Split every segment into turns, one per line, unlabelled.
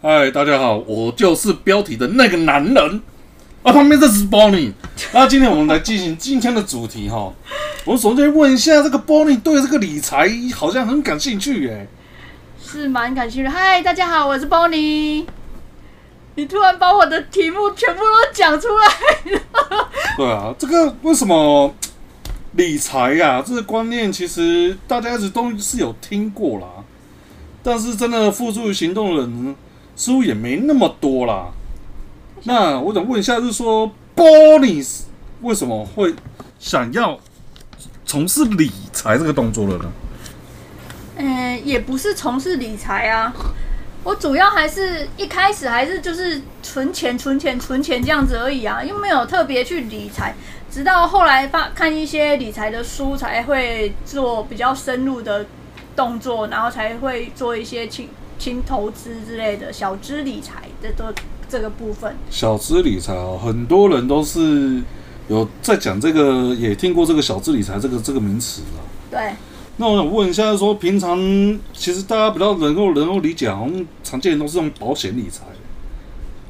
嗨，哎大家好，我就是标题的那个男人啊，旁边这是 Bonnie。那今天我们来进行今天的主题哈，我首先问一下，这个 Bonnie 对这个理财好像很感兴趣耶。
是蛮感兴趣的。嗨，大家好，我是 Bonnie。你突然把我的题目全部都讲出 来了，
对啊，这个为什么理财呀、这个观念其实大家一直都是有听过啦，但是真的付诸于行动的人似乎也没那么多啦。那我想问一下，就是说 b o n i 为什么会想要从事理财这个动作了呢？
嗯，也不是从事理财啊，我主要还是一开始还是就是存钱、存钱、存钱这样子而已啊，又没有特别去理财。直到后来发看一些理财的书，才会做比较深入的动作，然后才会做一些轻轻投资之类的小资理财的这这个部分。
小资理财哦，很多人都是有在讲这个，也听过这个小资理财这个这个名词啊。
对，
那我想问一下，说平常其实大家比较能够能够理解，好像常见都是用保险理财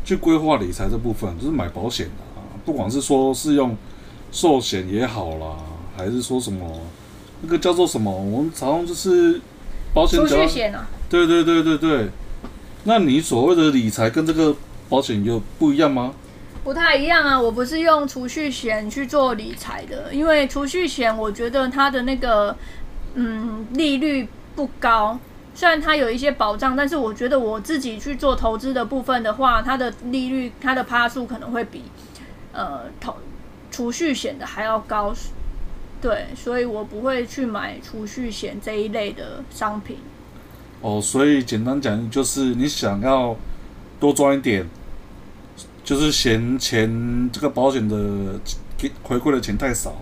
去规划理财这部分，就是买保险的、啊，不管是说是用寿险也好啦，还是说什么那个叫做什么，我们常用就是保险
储
只要
蓄险啊。
对对对对对。那你所谓的理财跟这个保险有不一样吗？
不太一样啊，我不是用储蓄险去做理财的，因为储蓄险我觉得它的那个嗯利率不高，虽然它有一些保障，但是我觉得我自己去做投资的部分的话，它的利率它的趴数可能会比呃投储蓄险的还要高，对，所以我不会去买储蓄险这一类的商品。
哦，所以简单讲就是你想要多赚一点，就是嫌钱这个保险的给回馈的钱太少，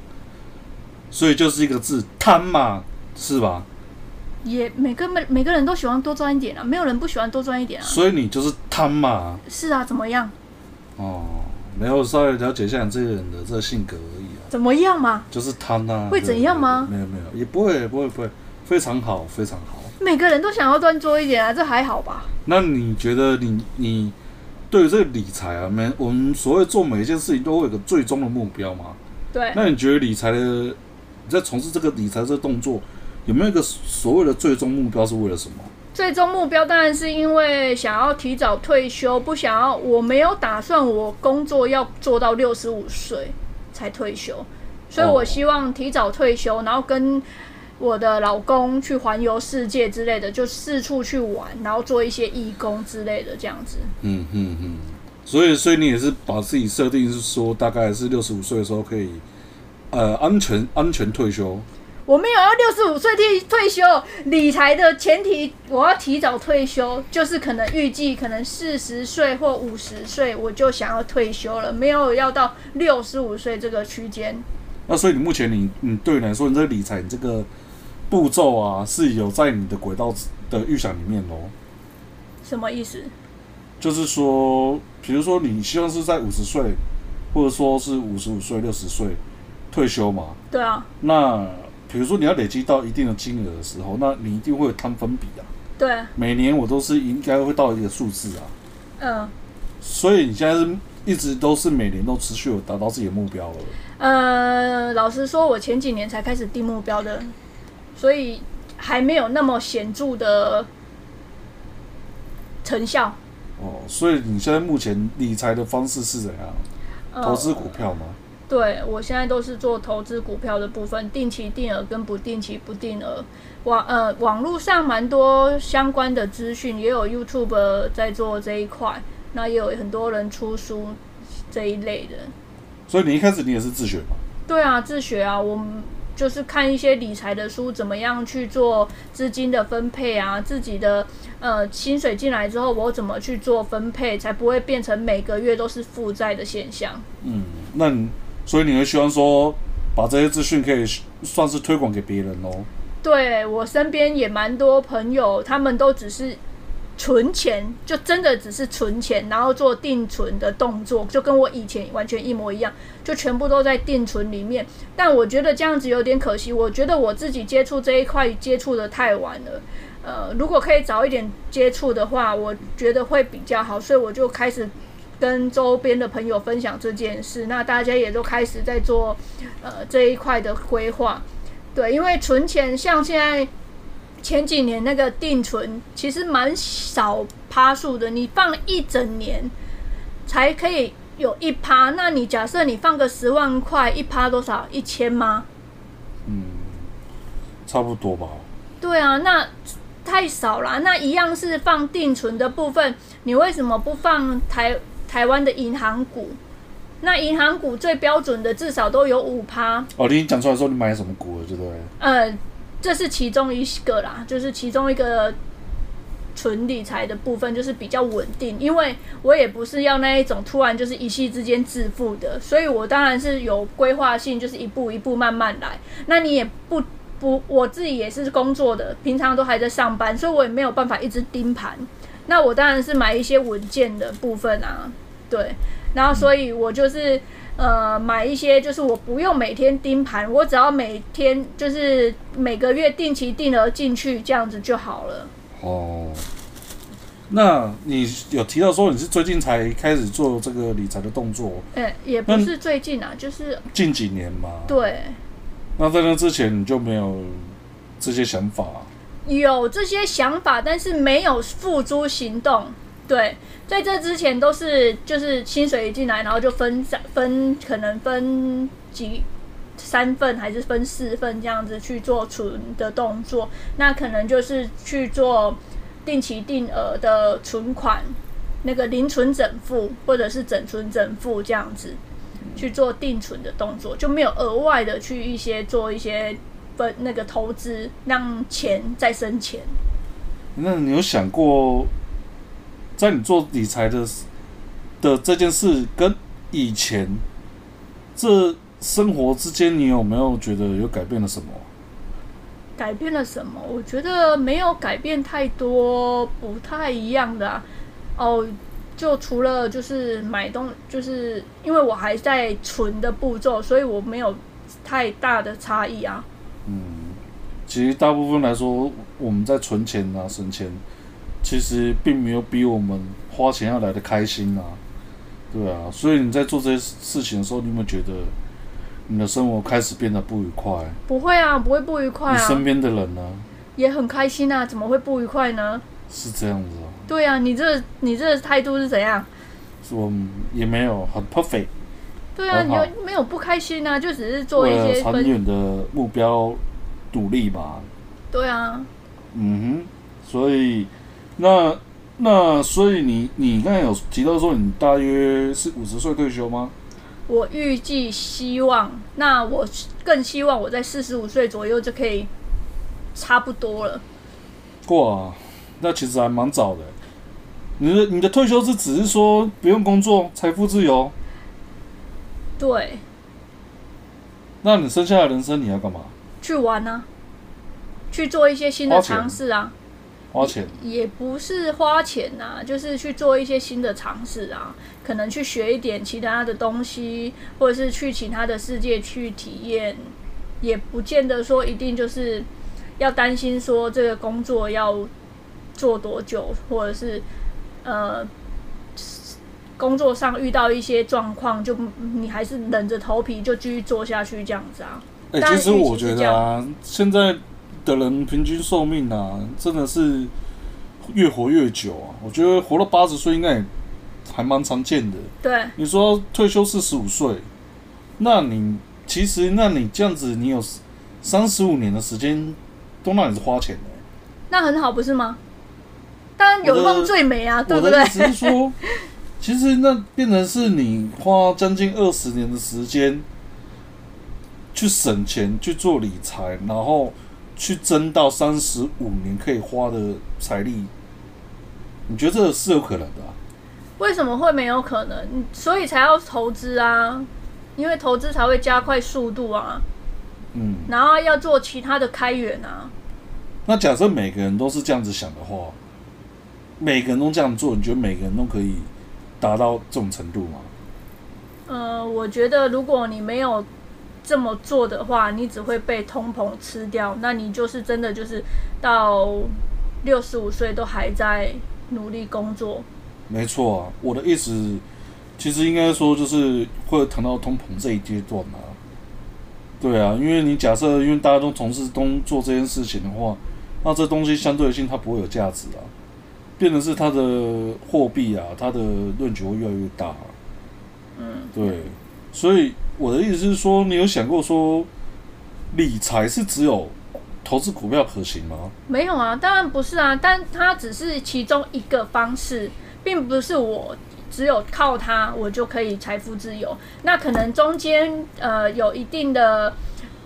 所以就是一个字贪嘛，是吧？
也每个每每个人都喜欢多赚一点啊，没有人不喜欢多赚一点啊。
所以你就是贪嘛，
是啊，怎么样？
哦，没有稍微了解一下你这个人的这个性格而已啊，
怎么样嘛？
就是贪啊。
会怎样吗
没有没有，也不会不会不会，非常好非常好。
每个人都想要端桌一点啊，这还好吧？
那你觉得你你对于这个理财啊，每我们所谓做每一件事情都会有个最终的目标嘛？
对，
那你觉得理财的你在从事这个理财这个动作，有没有一个所谓的最终目标是为了什么？
最终目标当然是因为想要提早退休，不想要，我没有打算我工作要做到六十五岁才退休，所以我
哦
希望提早退休，然后跟我的老公去环游世界之类的，就四处去玩，然后做一些义工之类的这样子。
嗯嗯嗯。所以，所以你也是把自己设定是说，大概是六十五岁的时候可以，呃，安全安全退休。
我没有要六十五岁退退休，理财的前提我要提早退休，就是可能预计可能四十岁或五十岁我就想要退休了，没有要到六十五岁这个区间。
那所以你目前你你对你来说，你这个理财你这个步骤啊，是有在你的轨道的预想里面咯。
什么意思？
就是说，比如说你希望是在五十岁，或者说是五十五岁、六十岁退休嘛？
对啊，
那比如说你要累积到一定的金额的时候，那你一定会有摊分比啊。
对，
每年我都是应该会到一个数字啊，
嗯
所以你现在是一直都是每年都持续有达到自己的目标了。
呃，老实说，我前几年才开始定目标的，所以还没有那么显著的成效。
哦，所以你现在目前理财的方式是怎样？
呃
投资股票吗？
对我现在都是做投资股票的部分，定期定额跟不定期不定额。网呃网络上蛮多相关的资讯，也有 YouTube 在做这一块，那也有很多人出书这一类的。
所以你一开始你也是自学嘛？
对啊，自学啊，我们就是看一些理财的书，怎么样去做资金的分配啊，自己的呃薪水进来之后，我怎么去做分配，才不会变成每个月都是负债的现象。
嗯，那你所以你会希望说把这些资讯可以算是推广给别人哦。
对我身边也蛮多朋友，他们都只是存钱，就真的只是存钱，然后做定存的动作，就跟我以前完全一模一样，就全部都在定存里面。但我觉得这样子有点可惜，我觉得我自己接触这一块接触的太晚了。呃，如果可以早一点接触的话，我觉得会比较好，所以我就开始跟周边的朋友分享这件事，那大家也都开始在做呃这一块的规划，对，因为存钱像现在。前几年那个定存其实蛮少趴数的，你放一整年才可以有一趴。那你假设你放个十万块，一趴多少？一千吗？
嗯，差不多吧。
对啊，那太少啦。那一样是放定存的部分，你为什么不放台台湾的银行股？那银行股最标准的至少都有五趴，
哦，你讲出来说你买什么股了，对不对？
呃，这是其中一个啦，就是其中一个纯理财的部分，就是比较稳定。因为我也不是要那一种突然就是一夕之间致富的，所以我当然是有规划性，就是一步一步慢慢来。那你也不不，我自己也是工作的，平常都还在上班，所以我也没有办法一直盯盘。那我当然是买一些稳健的部分啊，对。然后，所以我就是呃买一些，就是我不用每天盯盘，我只要每天就是每个月定期定额进去这样子就好了。
哦，那你有提到说你是最近才开始做这个理财的动作，
嗯、也不是最近啊，就是
近几年嘛？。
对
那在那之前你就没有这些想法、
有这些想法，但是没有付诸行动。对，在这之前都是就是薪水一进来，然后就分散分，可能分几三份还是分四份这样子去做存的动作，那可能就是去做定期定额的存款，那个零存整付或者是整存整付这样子去做定存的动作，就没有额外的去一些做一些分那个投资，让钱再生钱。
那你有想过，在你做理财的的这件事跟以前这生活之间，你有没有觉得有改变了什么？
改变了什么？我觉得没有改变太多，不太一样的、啊、哦。就除了就是买东，就是因为我还在存的步骤，所以我没有太大的差异啊。
嗯，其实大部分来说，我们在存钱啊、省钱，其实并没有比我们花钱要来的开心啊。对啊，所以你在做这些事情的时候，你有没有觉得你的生活开始变得不愉快？
不会啊，不会不愉快
你身
啊，
边的人呢？
也很开心啊，怎么会不愉快呢？
是这样子啊？
对啊，你这你这态度是怎样？
是我们也没有很 perfect。
对啊，
很
你
好
又没有不开心啊，就只是做一
为了
些
长
分，
远的目标努力吧。
对啊，
嗯哼，所以那那所以你你刚才有提到说你大约是五十岁退休吗？
我预计希望，那我更希望我在四十五岁左右就可以差不多了。
哇，那其实还蛮早的。你的你的退休是只是说不用工作，财富自由，
对，
那你剩下的人生你要干嘛？
去玩啊，去做一些新的
花钱
尝试啊，
花钱？
也不是花钱啊，就是去做一些新的尝试啊，可能去学一点其他的东西，或者是去其他的世界去体验，也不见得说一定就是要担心说这个工作要做多久，或者是呃工作上遇到一些状况，就你还是冷着头皮就继续做下去这样子啊。
哎、
当然
其实我觉
预期是这
得啊，现在的人平均寿命啊，真的是越活越久啊。我觉得活到八十岁应该也还蛮常见的。
对，
你说退休四十五岁，那你其实那你这样子，你有三十五年的时间都让你花钱的、
那很好，不是吗？当然有梦最美啊，对
我
不
的
对
意？思是说，其实那变成是你花将近二十年的时间去省钱、去做理财，然后去争到三十五年可以花的财力，你觉得这是有可能的啊、
为什么会没有可能？所以才要投资啊，因为投资才会加快速度啊，
嗯，
然后要做其他的开源啊。
那假设每个人都是这样子想的话，每个人都这样做，你觉得每个人都可以达到这种程度吗？
呃，我觉得如果你没有这么做的话，你只会被通膨吃掉，那你就是真的就是到六十五岁都还在努力工作。
没错啊，我的意思其实应该说就是会谈到通膨这一阶段啊。对啊，因为你假设因为大家都从事工做这件事情的话，那这东西相对性它不会有价值啊，变成是它的货币啊，它的论据会越来越大、啊
嗯，
对，所以我的意思是说，你有想过说理财是只有投资股票可行吗？
没有啊，当然不是啊，但它只是其中一个方式，并不是我只有靠它我就可以财富自由。那可能中间呃有一定的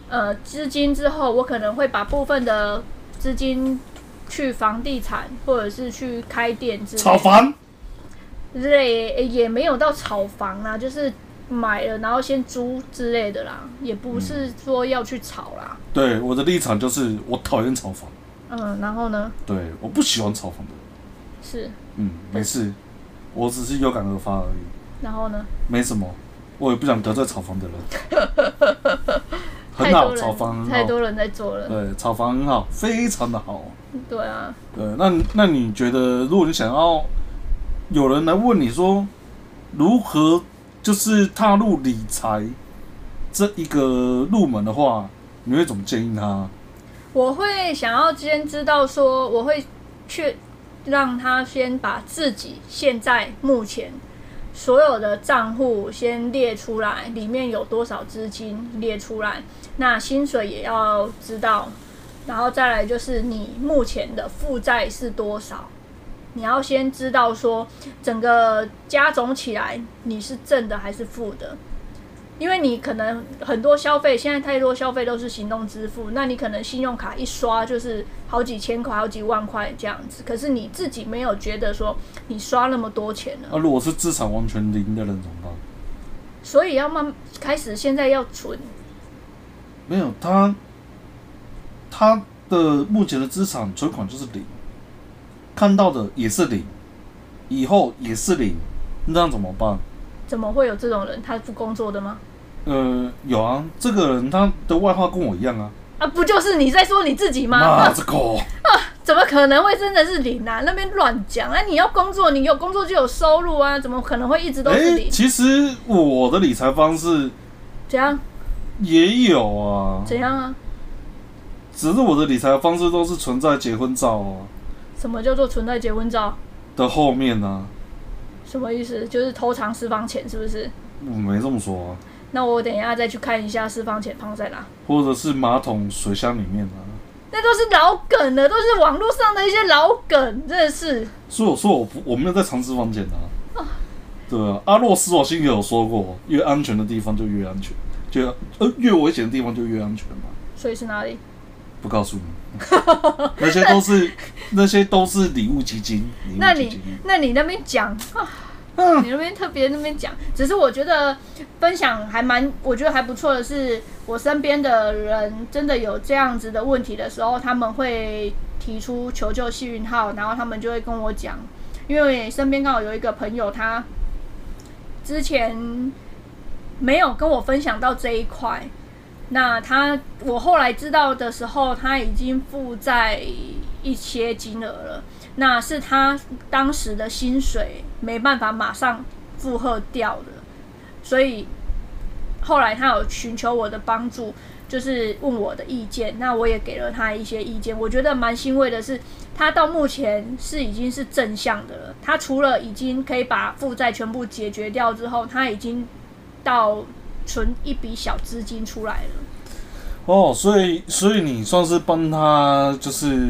呃资金之后，我可能会把部分的资金去房地产或者是去开店之类
炒房
之类也也没有到炒房啦，就是买了然后先租之类的啦，也不
嗯
是说要去炒啦。
对我的立场就是我讨厌炒房，
嗯，然后呢
对我不喜欢炒房的人。
是，
嗯，没事，我只是有感而发而已，
然后呢
没什么，我也不想得罪炒房的人。
太
很
多
好，
人
炒房
太
很好，嗯
多人在做了，
对，炒房很好，非常的好。
对啊，
对，那你那你觉得，如果你想要有人来问你说如何就是踏入理财这一个入门的话，你会怎么建议他？
我会想要先知道说，我会去让他先把自己现在目前所有的账户先列出来，里面有多少资金列出来，那薪水也要知道，然后再来就是你目前的负债是多少。你要先知道说，整个加总起来你是正的还是负的，因为你可能很多消费，现在太多消费都是行动支付，那你可能信用卡一刷就是好几千块、好几万块这样子，可是你自己没有觉得说你刷那么多钱呢，
那、啊如果是资产完全零的人怎么办？
所以要慢开始现在要存，
没有他，他的目前的资产存款就是零，看到的也是零，以后也是零，那样怎么办？
怎么会有这种人？他不工作的吗？
呃，有啊，这个人他的外号跟我一样啊，
啊，不就是你在说你自己吗？
马子狗。
怎么可能会真的是零啊？那边乱讲啊！你要工作，你有工作就有收入啊，怎么可能会一直都是
诶，
零？
其实我的理财方式
怎样
也有啊，
怎样啊？
只是我的理财方式都是存在结婚照啊
什么叫做存在结婚照？
的后面啊呢、
什么意思？就是偷藏私房钱是不是？
我没这么说啊，
那我等一下再去看一下私房钱放在哪。
或者是马桶水箱里面啊。
那都是老梗了，都是网络上的一些老梗，真的是。
所以我说我不我没有在藏私房钱啊。对啊，阿洛斯我心里有说过，越安全的地方就越安全，就呃越危险的地方就越安全嘛。
所以是哪里？
不告诉 你，那些都是那些都是礼物基金。礼物
那
基
你
金
那你那边讲啊，
嗯
你那边特别那边讲，只是我觉得分享还蛮，我觉得还不错的是，我身边的人真的有这样子的问题的时候，他们会提出求救幸运号，然后他们就会跟我讲，因为身边刚好有一个朋友，他之前没有跟我分享到这一块。那他，我后来知道的时候，他已经负债一些金额了。那是他当时的薪水没办法马上负荷掉的，所以后来他有寻求我的帮助，就是问我的意见，那我也给了他一些意见。我觉得蛮欣慰的是，他到目前是已经是正向的了。他除了已经可以把负债全部解决掉之后，他已经到存一笔小资金出来了。
哦，所以所以你算是帮他就是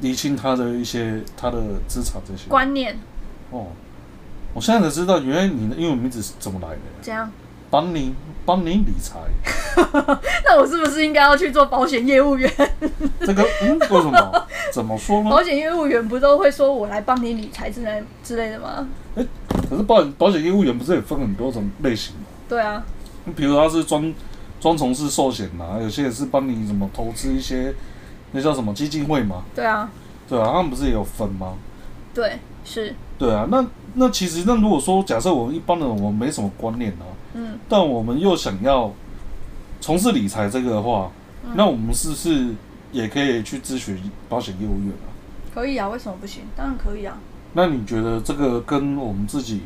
厘清他的一些他的资产这些。
观念
哦，我现在才知道原来你的英文名字是怎么来的，
怎样？
帮你帮你理财。
那我是不是应该要去做保险业务员？
这个嗯，为什么？怎么说呢？
保险业务员不都会说我来帮你理财之类之类的吗？
可是保险保险业务员不是也分很多种类型吗？
对啊，
比如他是专专从事寿险嘛，有些也是帮你怎么投资一些那叫什么基金会嘛，
对啊，
对啊，他们不是也有分吗？
对，是，
对啊，那那其实那如果说假设我们一般人我们没什么观念啊，
嗯，
但我们又想要从事理财这个的话，那我们是不是也可以去咨询保险业务员啊？
可以啊，为什么不行？当然可以啊。
那你觉得这个跟我们自己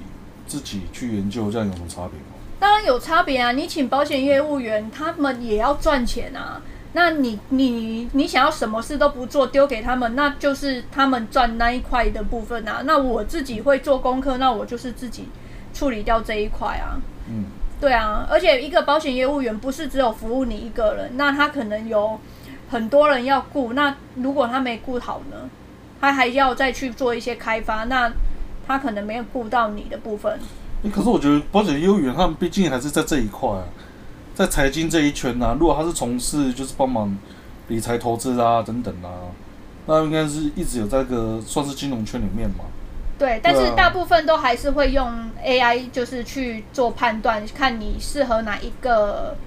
自己去研究这样有什么差别吗？
当然有差别啊！你请保险业务员，他们也要赚钱啊。那你你你想要什么事都不做，丢给他们，那就是他们赚那一块的部分啊。那我自己会做功课，那我就是自己处理掉这一块啊。
嗯，
对啊，而且一个保险业务员不是只有服务你一个人，那他可能有很多人要顾。那如果他没顾好呢，他还要再去做一些开发，那他可能没有顾到你的部分。
欸可是我觉得保险业务员他们毕竟还是在这一块、啊，在财经这一圈呐、啊。如果他是从事就是帮忙理财投资啊等等啊，那应该是一直有在这个算是金融圈里面嘛。
对，但是
啊
大部分都还是会用 AI，就是去做判断，看你适合哪一个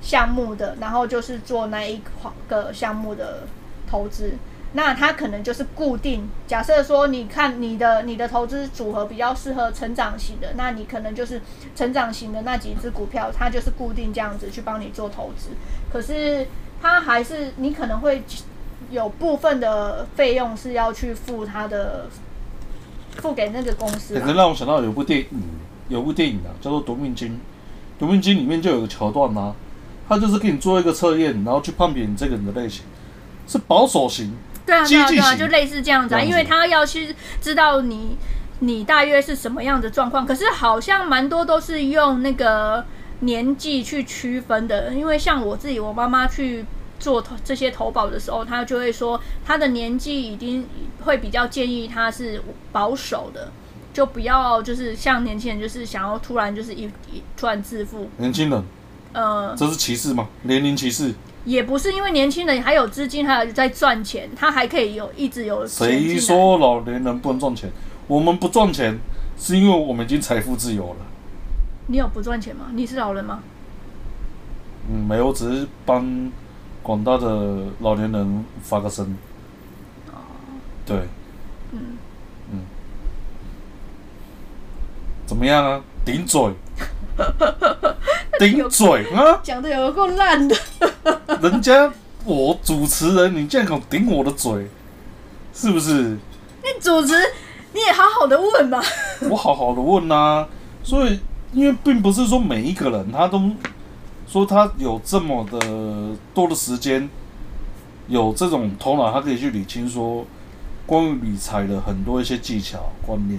项目的，然后就是做哪一个项目的投资。那它可能就是固定，假设说你看你的你的投资组合比较适合成长型的，那你可能就是成长型的那几只股票，它就是固定这样子去帮你做投资。可是它还是你可能会有部分的费用是要去付它的付给那个公司啊
欸
啦
这、让我想到有部电影，有部电影啊，叫做《夺命金》，《夺命金》里面就有个桥段呐、啊，他就是给你做一个测验，然后去判别你这个人的类型，是保守型，
对啊，对啊，
激
对
进
啊，
型
就类似这样子啊，
这样子
因为他要去知道你你大约是什么样的状况，可是好像蛮多都是用那个年纪去区分的，因为像我自己，我妈妈去。做投这些投保的时候，她就会说，她的年纪已经会比较建议她是保守的，就不要就是像年轻人，就是想要突然就是一一突然致富，
年轻人，
呃，
这是歧视吗？年龄歧视？
也不是因为年轻人还有资金，还有在赚钱，他还可以有一直有钱进来
谁说老年人不能赚钱？我们不赚钱，是因为我们已经财富自由了。
你有不赚钱吗？你是老人吗？
嗯，没有，我只是帮广大的老年人发个声。对，
嗯，
怎么样啊？顶嘴，顶嘴啊！
讲的有够烂的。
人家我主持人，你竟然敢顶我的嘴，是不是？
那主持你也好好的问吧。
我好好的问啊，所以因为并不是说每一个人他都说他有这么的多的时间，有这种头脑，他可以去理清说关于理财的很多一些技巧观念，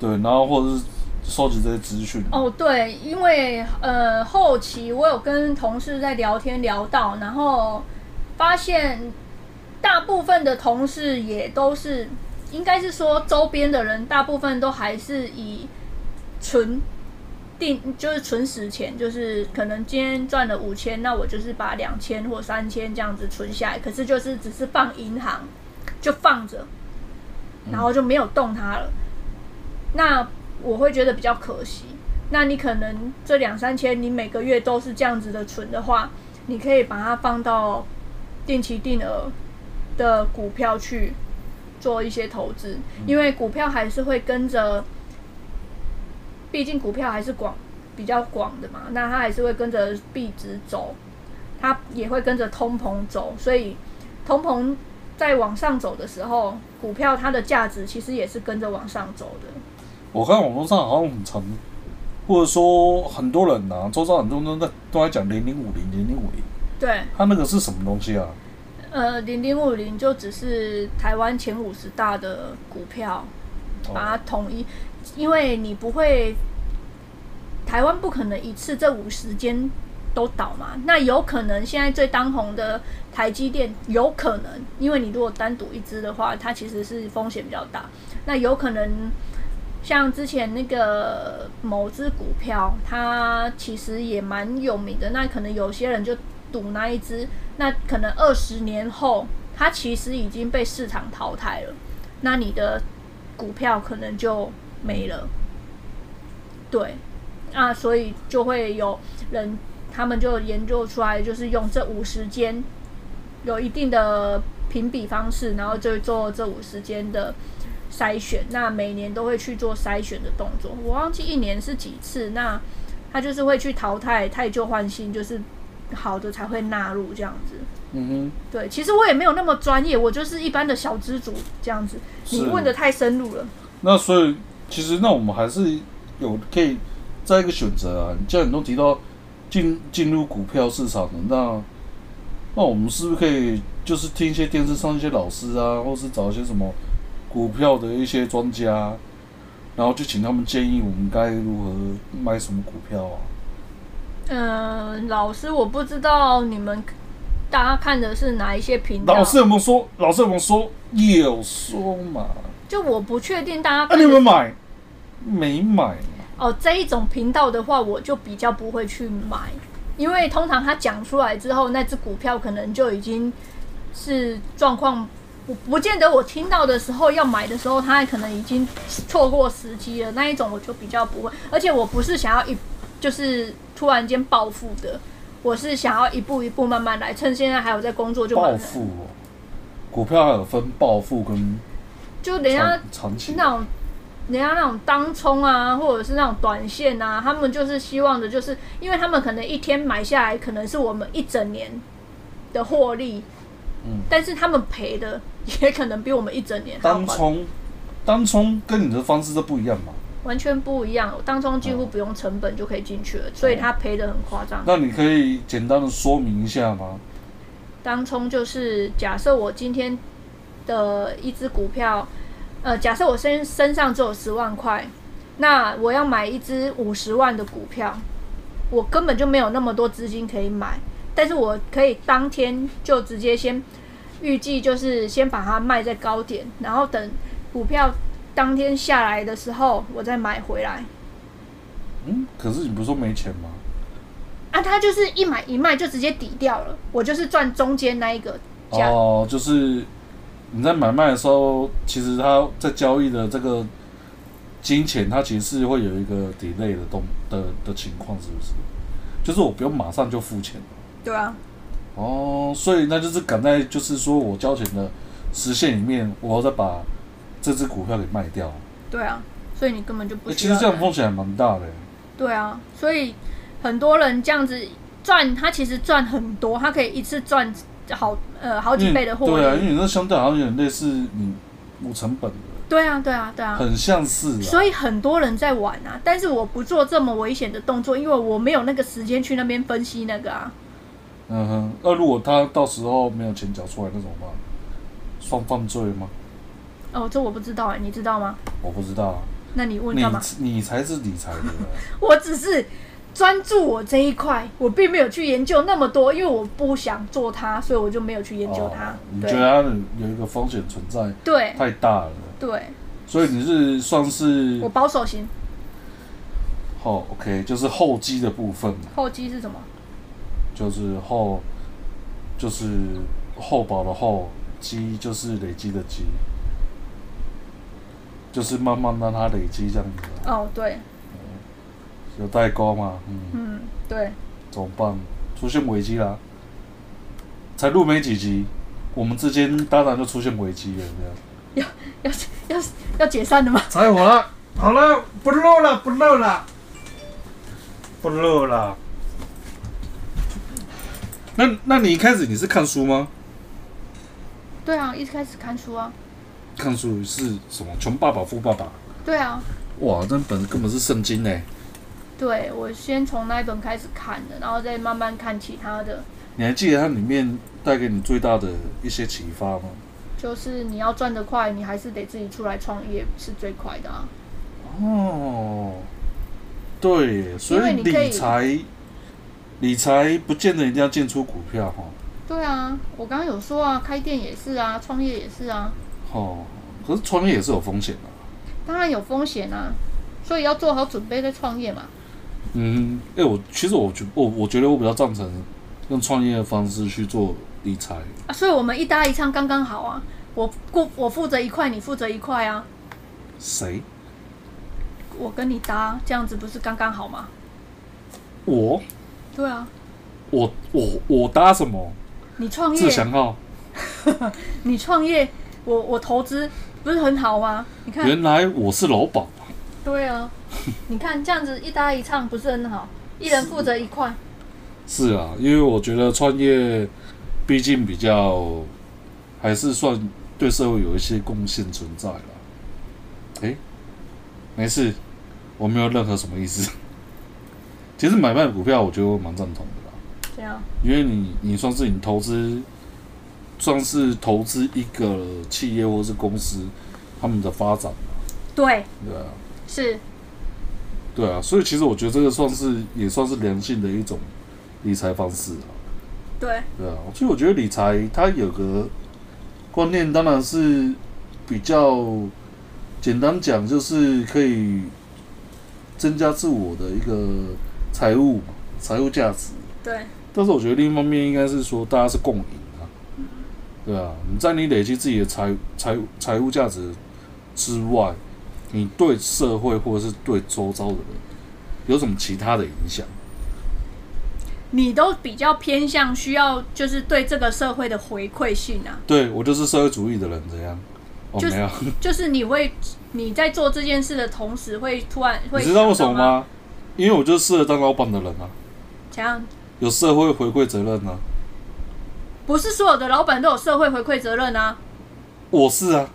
对，然后或者是收集这些资讯。
哦，对，因为呃后期我有跟同事在聊天聊到，然后发现大部分的同事也都是，应该是说周边的人大部分都还是以存定就是存死钱，就是可能今天赚了五千，那我就是把两千或三千这样子存下来，可是就是只是放银行就放着，然后就没有动它了。那我会觉得比较可惜。那你可能这两三千，你每个月都是这样子的存的话，你可以把它放到定期定额的股票去做一些投资，因为股票还是会跟着，毕竟股票还是广比较广的嘛，那它还是会跟着币值走，它也会跟着通膨走，所以通膨在往上走的时候，股票它的价值其实也是跟着往上走的。
我看网络上好像很长，或者说很多人啊，周遭很多人都在都在讲零零五零零零五零，
对，
他那个是什么东西啊？
呃，零零五零就只是台湾前五十大的股票，
哦
把它统一，因为你不会，台湾不可能一次这五十间都倒嘛。那有可能现在最当红的台积电，有可能，因为你如果单独一支的话，它其实是风险比较大。那有可能像之前那个某只股票，它其实也蛮有名的，那可能有些人就赌那一只，那可能二十年后，它其实已经被市场淘汰了，那你的股票可能就没了。对，那所以就会有人，他们就研究出来，就是用这五十间有一定的评比方式，然后就做这五十间的筛选。那每年都会去做筛选的动作，我忘记一年是几次。那他就是会去淘汰太旧换新，就是好的才会纳入这样子。
嗯
对，其实我也没有那么专业，我就是一般的小资主这样子。
哼，
你问的太深入了，
那所以其实那我们还是有可以再一个选择啊。你既然你都提到进进入股票市场了，那那我们是不是可以就是听一些电视上一些老师啊，或是找一些什么股票的一些专家，然后就请他们建议我们该如何买什么股票啊？
嗯、老师，我不知道你们大家看的是哪一些频道
老，师有没有说？老师有没有说？有说嘛？
就我不确定大家
啊，
看
你有
的
没有
是
买？没买。
哦这一种频道的话，我就比较不会去买，因为通常他讲出来之后，那只股票可能就已经是状况。我不见得我听到的时候要买的时候，他可能已经错过时机了，那一种我就比较不会，而且我不是想要一就是突然间暴富的，我是想要一步一步慢慢来，趁现在还有在工作就买
暴
了
富哦，股票还有分暴富跟
就人家
长长期
那种人家那种当冲啊，或者是那种短线啊，他们就是希望的，就是因为他们可能一天买下来，可能是我们一整年的获利，
嗯
但是他们赔的也可能比我们一整年还要
单
还
冲，单冲跟你的方式都不一样嘛。
完全不一样。哦当冲几乎不用成本就可以进去了，所
哦
以他赔的很夸张。
那你可以简单的说明一下吗？
当冲就是假设我今天的一只股票，呃，假设我身身上只有十万块，那我要买一只五十万的股票，我根本就没有那么多资金可以买，但是我可以当天就直接先预计就是先把它卖在高点，然后等股票当天下来的时候，我再买回来。
嗯，可是你不是说没钱吗？
啊，它就是一买一卖就直接抵掉了，我就是赚中间那一个价
哦，就是你在买卖的时候，其实它在交易的这个金钱，它其实是会有一个 delay 的动的的情况，是不是？就是我不用马上就付钱。
对啊，
哦，所以那就是赶在就是说我交钱的时限里面，我要再把这只股票给卖掉。
对啊，所以你根本就不
欸、
需
其
要
实
担
这
心、
样风险还蛮大的、
对啊，所以很多人这样子赚，他其实赚很多，他可以一次赚好呃好
因
几
为
倍的获
对啊，因
利。
为你那相对好像有点类似你无成本的，
对啊，对啊，对啊。
很像是啊。
所以很多人在玩啊，但是我不做这么危险的动作，因为我没有那个时间去那边分析那个啊。
嗯哼，那如果他到时候没有钱缴出来，那怎么办？算犯罪吗？
哦，这我不知道哎、你知道吗？
我不知道啊。
那你问
你
干嘛？
你才是理财的人，
我只是专注我这一块，我并没有去研究那么多，因为我不想做它，所以我就没有去 研究它
哦。你觉
对
得它有一个风险存在
对
太大了，
对，
所以你是算是
我保守型。
哦，OK，就是后机的部分，
后期是什么？
就是后就是厚薄的厚，积就是累积的积，就是慢慢让它累积这样子啊、
哦，对，
有代沟嘛，嗯，
嗯，对，
怎么办？出现危机啦！才录没几集，我们之间当然就出现危机了，这样。
要 要要解散了吗？
柴火了，好了，不录了，不录了，不录了。那那你一开始你是看书吗？
对啊，一开始看书啊，
看书是什么？穷爸爸、富爸爸。
对啊，
哇，那本根本是圣经呢！
对我先从那一本开始看的，然后再慢慢看其他的，
你还记得它里面带给你最大的一些启发吗？
就是你要赚得快，你还是得自己出来创业是最快的啊。
哦，对耶，所
因为你可以
理财，理财不见得一定要进出股票哈。
对啊，我刚刚有说啊，开店也是啊，创业也是啊，
哦，可是创业也是有风险的。
当然有风险啊，所以要做好准备再创业嘛。
嗯，哎、我其实我觉我我觉得我比较赞成用创业的方式去做理财。
啊，所以我们一搭一唱刚刚好啊，我顾我负责一块，你负责一块啊，
谁？
我跟你搭，这样子不是刚刚好吗？
我
对啊，
我我我搭什么？
你创
志
业，
祥号。
你创业，我我投资，不是很好吗？你看，
原来我是老鸨。
对啊，你看这样子一搭一唱不是很好，一人负责一块，
是啊，因为我觉得创业毕竟比较还是算对社会有一些贡献存在了。诶，没事，我没有任何什么意思。 其实买卖股票，我觉得我蛮赞同的啦，
这样
因为你你算是你投资，算是投资一个企业或是公司他们的发展，
对
对啊，
是。
对啊，所以其实我觉得这个算是也算是良性的一种理财方式啊。
对，
对啊，所以我觉得理财它有个观念，当然是比较简单讲，就是可以增加自我的一个财务嘛财务价值。
对，
但是我觉得另一方面应该是说，大家是共赢啊，对啊，你在你累积自己的财财财务价值之外，你对社会或者是对周遭的人有什么其他的影响？
你都比较偏向需要就是对这个社会的回馈性啊，
对我就是社会主义的人，怎样？哦，
就是
没有。
就是你会你在做这件事的同时，会突然会
你知道为什么
想到吗？
吗？因为我就是适合当老板的人啊，
怎样？
有社会回馈责任啊。
不是所有的老板都有社会回馈责任啊。
我是啊，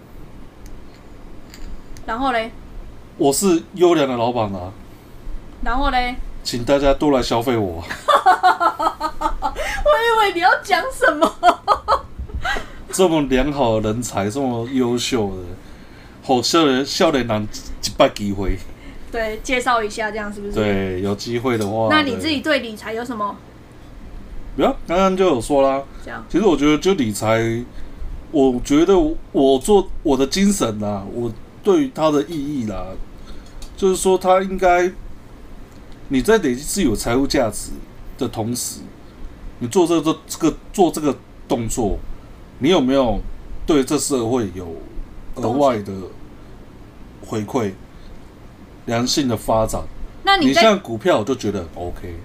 然后嘞，
我是优良的老板啊，
然后嘞，
请大家多来消费我啊，
我以为你要讲什么？
这么良好的人才，这么优秀的，好笑的笑脸男一百机会，
对，介绍一下这样是不是？。
对，有机会的话，
那你自
哦对
己对理财有什么
不要，刚刚就有说啦，
这样？
其实我觉得就理财，我觉得我我做我的精神啦、我对于它的意义啦、就是说它应该你在累积自己有财务价值的同时，你做这个这个做这个动作，你有没有对这社会有额外的回馈？良性的发展，
那
你
你在
像股票，我就觉得很 OK，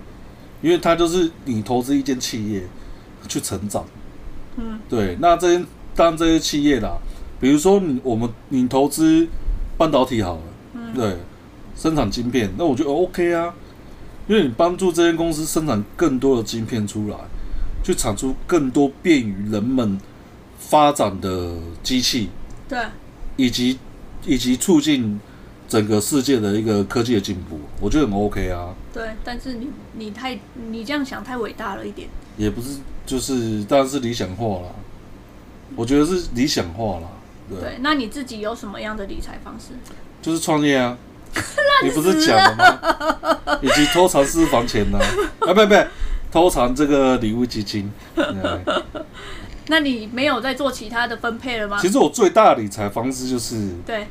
因为它就是你投资一间企业去成长。
嗯
对，那这些当然这些企业啦，比如说你我们你投资半导体好了，
嗯
对，生产晶片，那我觉得 OK 啊，因为你帮助这间公司生产更多的晶片出来，去产出更多便于人们发展的机器，
对
以及以及促进整个世界的一个科技的进步，我觉得很 OK 啊，
对，但是你你太你这样想太伟大了一点。
也不是就是当然是理想化啦，我觉得是理想化啦，对啊。
对，那你自己有什么样的理财方式？
就是创业啊。你不是讲了吗？以及偷藏私房钱呢、啊？啊，不不，偷藏这个礼物基金。对
那你没有在做其他的分配了吗
其？实我最大的理财方式就是
对，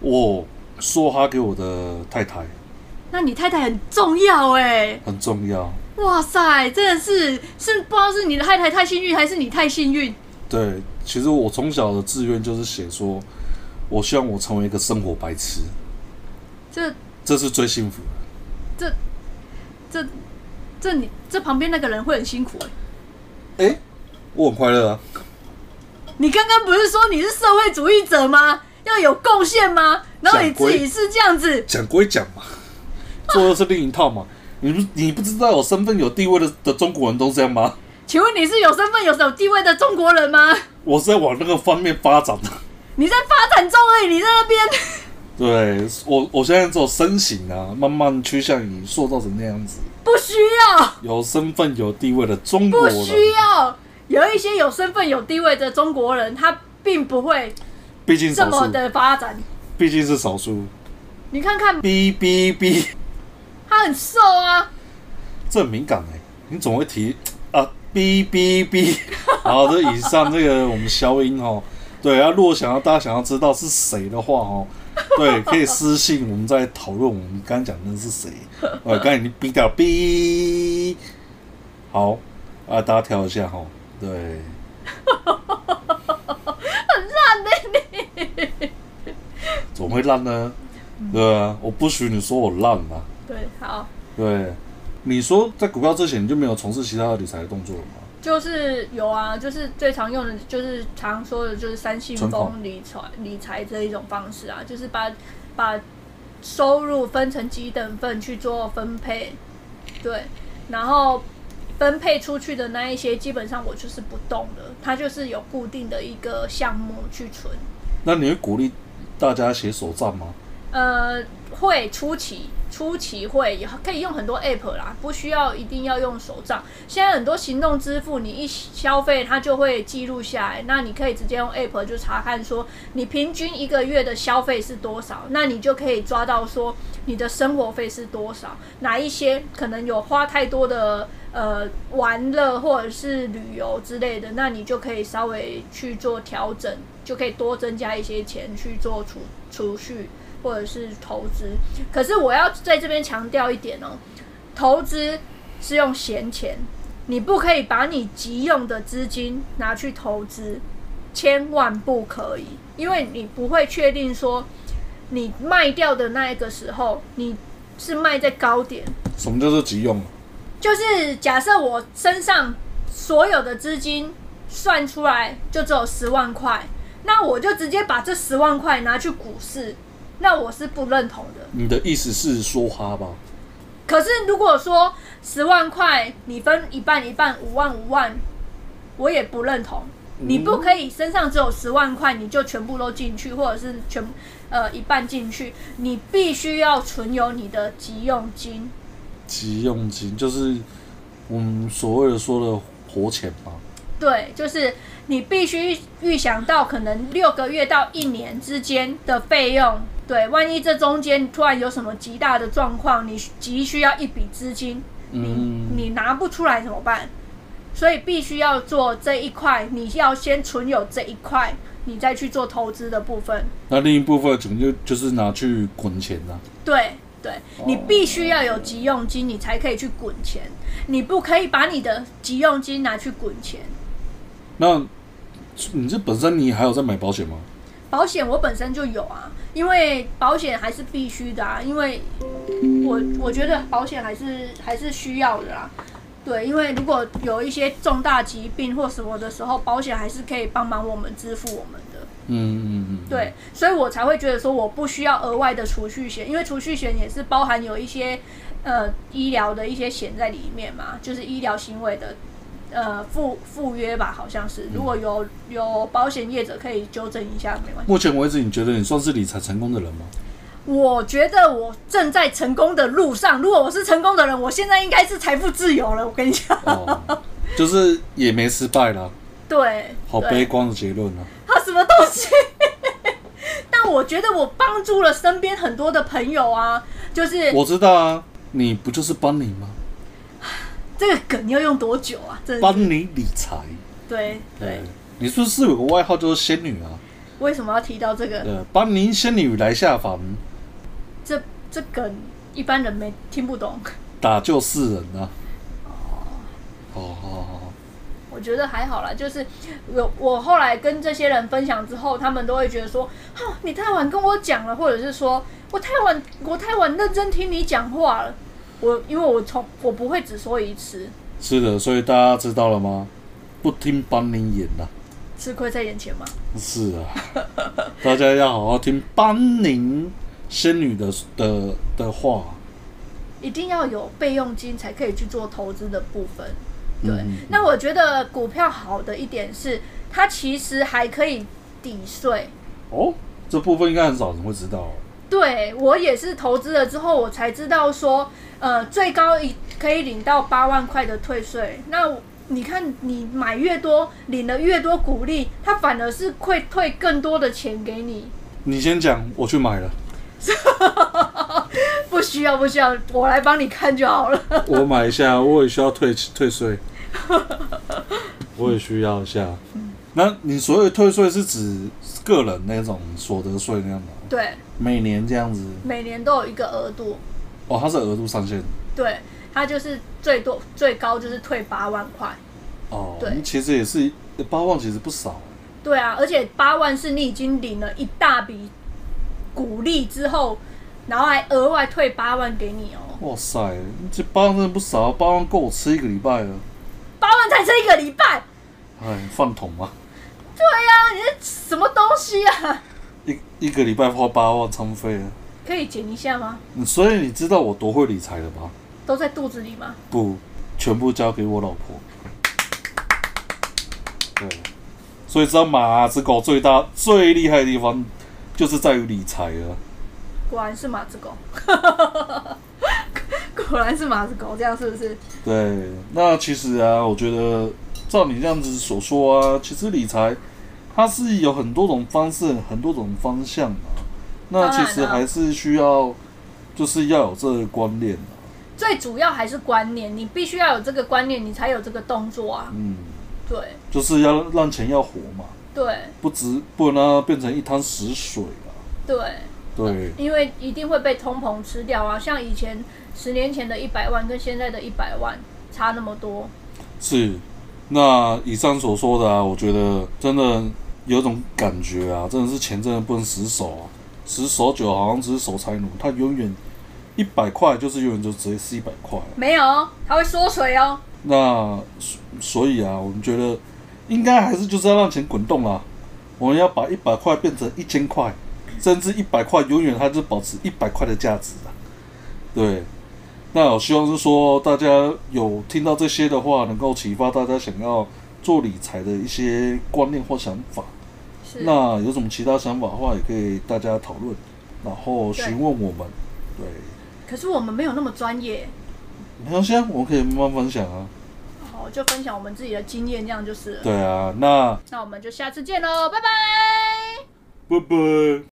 我梭哈给我的太太
那你太太很重要哎、
很重要。
哇塞，真的是是不知道是你的太太太幸运，还是你太幸运？
对，其实我从小的志愿就是写说，我希望我成为一个生活白痴，
这
这是最幸福的。
这这你这旁边那个人会很辛苦哎、
诶，我很快乐啊。
你刚刚不是说你是社会主义者吗？要有贡献吗？然后你
讲归
自己是这样子，
讲归讲嘛，做的是另一套嘛。你不你不知道有身份有地位的的中国人都这样吗？
请问你是有身份、有有地位的中国人吗？
我是在往那个方面发展的。
你在发展中而已，你在那边
对我，我现在只有身形啊，慢慢趋向于塑造成那样子，
不需要。
有身份、有地位的中国
不
人，
需要。有一些有身份、有地位的中国人，他并不会
毕竟
这
少
么
数，
的发展。
毕竟是少数。
你看看，
哔哔哔，
他很瘦啊，
这很敏感哎、你总会提啊，哔哔哔。 好的，以上这个我们消音哦。对啊，如果想要大家想要知道是谁的话哦，对，可以私信我们再讨论我们刚讲的是谁。 我刚才已经逼掉了哔，好啊，大家调一下哈、哦，对，
烂的你。
怎么会烂呢？对啊，我不许你说我烂啊。
对，好，
对，你说在股票之前你就没有从事其他的理财的动作了吗？
就是有啊，就是最常用的，就是常说的，就是三信
存款
封理财理财这一种方式啊，就是把把收入分成几等份去做分配，对，然后分配出去的那一些，基本上我就是不动的，它就是有固定的一个项目去存。
那你会鼓励大家写手账吗？
呃，会初期初期会也可以用很多 app 啦，不需要一定要用手账。现在很多行动支付，你一消费它就会记录下来，那你可以直接用 app 就查看说你平均一个月的消费是多少，那你就可以抓到说你的生活费是多少，哪一些可能有花太多的呃玩乐或者是旅游之类的，那你就可以稍微去做调整，就可以多增加一些钱去做储储蓄。或者是投资。可是我要在这边强调一点哦，投资是用闲钱，你不可以把你急用的资金拿去投资，千万不可以，因为你不会确定说你卖掉的那一个时候，你是卖在高点。
什么叫做急用啊？
就是假设我身上所有的资金算出来就只有十万块，那我就直接把这十万块拿去股市，那我是不认同的。
你的意思是说哈吧？
可是如果说十万块你分一半一半，五万五万，我也不认同。你不可以身上只有十万块，你就全部都进去，或者是全呃一半进去，你必须要存有你的急用金。
急用金就是我们所谓的说的活钱嘛。
对，就是你必须预想到可能六个月到一年之间的费用。对，万一这中间突然有什么极大的状况，你急需要一笔资金，你
嗯，
你拿不出来怎么办？所以必须要做这一块，你要先存有这一块，你再去做投资的部分。
那另一部分可能就就是拿去滚钱啊啦、
对对，你必须要有急用金，你才可以去滚钱。你不可以把你的急用金拿去滚钱。
那你这本身你还有在买保险吗？
保险我本身就有啊，因为保险还是必须的啊，因为我我觉得保险还是还是需要的啦。对，因为如果有一些重大疾病或什么的时候，保险还是可以帮忙我们支付我们的。
嗯嗯嗯，
对，所以我才会觉得说我不需要额外的储蓄险，因为储蓄险也是包含有一些呃医疗的一些险在里面嘛，就是医疗行为的呃附附约吧，好像是。如果有有保险业者可以纠正一下，没关系。
目前为止，你觉得你算是理财成功的人 吗？
我觉得我正在成功的路上。如果我是成功的人，我现在应该是财富自由了。我跟你讲，
哦，就是也没失败啦，
对，
好
对
悲观的结论啊。
他什么东西？ 但我觉得我帮助了身边很多的朋友啊，就 是
我知道啊，你不就是帮你吗？
这个梗要用多久啊？真的
帮
是
你理财。
对对，，
你是不是有个外号就是仙女啊？
为什么要提到这个？
呃，帮您仙女来下凡，
这这梗一般人没听不懂，
打救世人啊。哦，好好好，
我觉得还好啦。就是有我后来跟这些人分享之后，他们都会觉得说，哦，你太晚跟我讲了，或者是说我太晚我太晚认真听你讲话了。我因为我从我不会只说一次，
是的，所以大家知道了吗？不听帮您演呐、
吃亏在眼前嘛。
啊是 啊，大家要好好听帮您仙女的的的话。
一定要有备用金才可以去做投资的部分。对，
嗯
那我觉得股票好的一点是，它其实还可以抵税。
哦，这部分应该很少人会知道哦。
对我也是投资了之后，我才知道说，呃，最高一可以领到八万块的退税。那我你看，你买越多，领的越多股利，它反而是会退更多的钱给你。
你先讲，我去买了，
不需要，不需要，我来帮你看就好了。
我买一下，我也需要退退税，我也需要一下。那你所谓的退税是指个人那种所得税那样的吗，
对，
每年这样子？
每年都有一个额度。
哦，它是额度上限。
对，它就是最多最高就是退八万块。
哦，
对
其实也是八万，其实不少。
对啊，而且八万是你已经领了一大笔股利之后，然后还额外退八万给你哦，
哇塞，这八万真的不少，八万够我吃一个礼拜了。
八万才这一个礼拜。
哎，饭桶嘛，
对呀、你这什么东西啊？
一一个礼拜花八万仓费了。
可以减一下吗？
所以你知道我多会理财了吧？
都在肚子里吗？
不，全部交给我老婆。对，所以知道马子狗最大最厉害的地方，就是在于理财啊了。
果然是马子狗， 果然是马子狗，这样是不是？
对，那其实啊，我觉得照你这样子所说啊，其实理财它是有很多种方式、很多种方向啊。那其实
当然啊
还是需要，就是要有这个观念啊。
最主要还是观念，你必须要有这个观念，你才有这个动作啊。
嗯，
对
就是要让钱要活嘛，
对
不只不能让它变成一滩死水啊。
对，
对，
因为一定会被通膨吃掉啊。像以前十年前的一百万跟现在的一百万差那么多，
是。那以上所说的啊，我觉得真的有一种感觉啊，真的是钱真的不能死守啊，死守久好像只是守财奴，他永远一百块就是永远就直接是一百块啊、
没有哦，它会缩水哦。
那所所以啊，我们觉得应该还是就是要让钱滚动啦，我们要把一百块变成一千块，甚至一百块永远它就保持一百块的价值啊。对，那我希望是说大家有听到这些的话，能够启发大家想要做理财的一些观念或想法。
是，
那有什么其他想法的话，也可以大家讨论，然后询问我们。对，
可是我们没有那么专业，
没关系啊，我们可以慢慢分享啊。
好，哦就分享我们自己的经验，这样就是了。
对啊，那
那我们就下次见喽，拜拜。
拜拜。